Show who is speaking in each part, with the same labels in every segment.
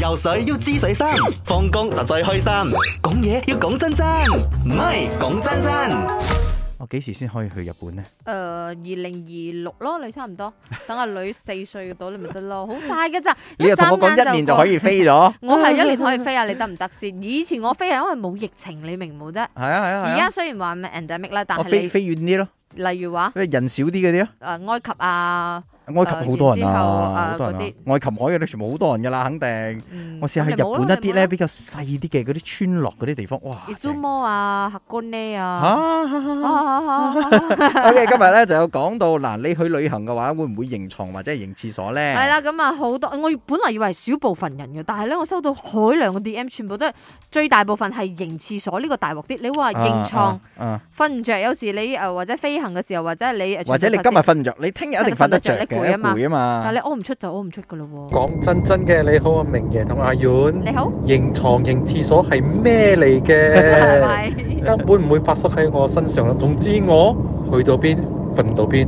Speaker 1: 游水要知水深，放工就最開心。講嘢要講真真，唔係講真真。
Speaker 2: 我幾時先可以去日本呢？
Speaker 3: 誒呃二零二六咯，你差唔多。 等阿女四歲到你咪得咯，好快嘅咋。
Speaker 2: 你又同我講
Speaker 3: 眨眼
Speaker 2: 一年就可以
Speaker 3: 過。
Speaker 2: 飛 咗，
Speaker 3: 我係一年可以飛啊，你得唔得先？以前我飛係因為冇疫情，你明冇得。
Speaker 2: 係啊係啊
Speaker 3: 而
Speaker 2: 係
Speaker 3: 家
Speaker 2: 啊，
Speaker 3: 雖然話 endemic 啦，但
Speaker 2: 我飛
Speaker 3: 係
Speaker 2: 飛遠啲咯，
Speaker 3: 你例如話
Speaker 2: 因為人少啲嗰啲咯。
Speaker 3: 誒埃及啊，
Speaker 2: 埃及好多人啊，好
Speaker 3: 然之後
Speaker 2: 多
Speaker 3: 啊
Speaker 2: 人啊，埃及海嘅都全部好多人噶啦，肯定。
Speaker 3: 嗯
Speaker 2: 我試下去日本一啲咧比較細啲嘅嗰啲村落嗰啲地方，哇！正
Speaker 3: Izumo 啊，黑哥呢啊。 啊
Speaker 2: 啊
Speaker 3: 啊啊啊 啊
Speaker 2: OK，今日咧就有講到嗱，你去旅行嘅話，會唔會認床或者係認廁所咧？
Speaker 3: 係啦，咁啊好多，我本嚟以為係少部分人嘅，但係咧我收到海量嘅 DM，全部都係最大部分係型廁所呢個大鑊啲。你話
Speaker 2: 啊，
Speaker 3: 型床
Speaker 2: 啊，啊
Speaker 3: 瞓唔着，有時你誒或者飛行嘅時候，或者係你呃誒
Speaker 2: 或者你今日瞓唔着，你聽日一定瞓得着嘅，
Speaker 3: 聽日瞓得着
Speaker 2: 攰
Speaker 3: 你
Speaker 2: 啊
Speaker 3: 但係
Speaker 2: 嘛。
Speaker 3: 你屙唔出就屙唔出噶咯喎。
Speaker 4: 講真真嘅，你好啊，明爺同阿遠，
Speaker 3: 你好，
Speaker 4: 認床認廁所係咩嚟 嘅？
Speaker 3: 係
Speaker 4: 根本唔會發生喺我身上啦。總之我去到邊，瞓到邊，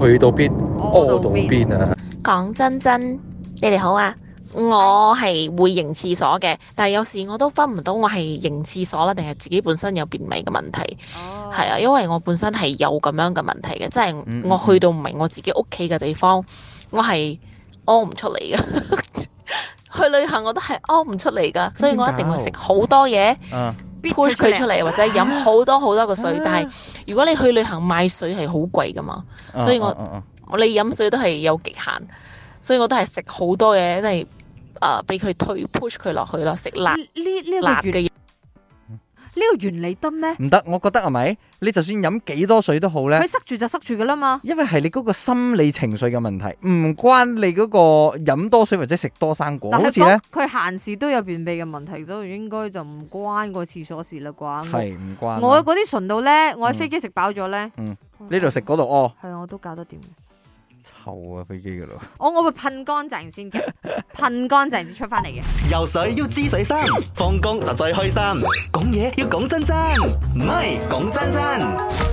Speaker 4: 去到邊，屙到邊啊！
Speaker 5: 講真真，你哋好啊！我係會認廁所嘅，但係有時我都分唔到我係認廁所啦，定係自己本身有便秘嘅問題。
Speaker 3: 哦
Speaker 5: 係啊，因為我本身係有咁樣嘅問題嘅，即
Speaker 2: 嗯
Speaker 5: 係我去到唔係我自己屋企嘅地方，我係屙唔出嚟嘅。 去旅行我都係屙唔出嚟㗎，所以我一定會食好多嘢
Speaker 2: 啊，
Speaker 5: push 佢出嚟，啊或者飲好多好多嘅水。但係如果你去旅行買水係好貴㗎嘛。
Speaker 2: 啊
Speaker 5: 所以我
Speaker 2: 啊啊啊
Speaker 5: 我哋飲水都係有極限，所以我都係食好多嘢，即係誒俾佢推 push 佢落去咯，食辣
Speaker 3: 呢呢呢
Speaker 5: 辣
Speaker 3: 一個
Speaker 5: 嘅
Speaker 3: 原
Speaker 5: 嘢。
Speaker 3: 呢個原理得咩？
Speaker 2: 唔得，我覺得係咪？你就算飲幾多水都好咧
Speaker 3: 佢。塞住就塞住噶啦嘛。
Speaker 2: 因為係你嗰個心理情緒嘅問題，唔關你嗰個飲多水或者食多生果，
Speaker 3: 但
Speaker 2: 好
Speaker 3: 係
Speaker 2: 似咧
Speaker 3: 講佢閒時都有便秘嘅問題，都應該就唔關個廁所事啦啩。我
Speaker 2: 係唔關。
Speaker 3: 我嗰啲純到咧，我喺飛機食飽咗咧，
Speaker 2: 嗯呢度食嗰度屙，
Speaker 3: 係啊，我都搞得掂嘅。
Speaker 2: 臭啊飛機嗰度。
Speaker 3: 我我會噴乾淨先嘅， 噴乾淨先出翻嚟嘅。
Speaker 1: 游水要知水深，放工就最開心。講嘢要講真真，唔係講真真。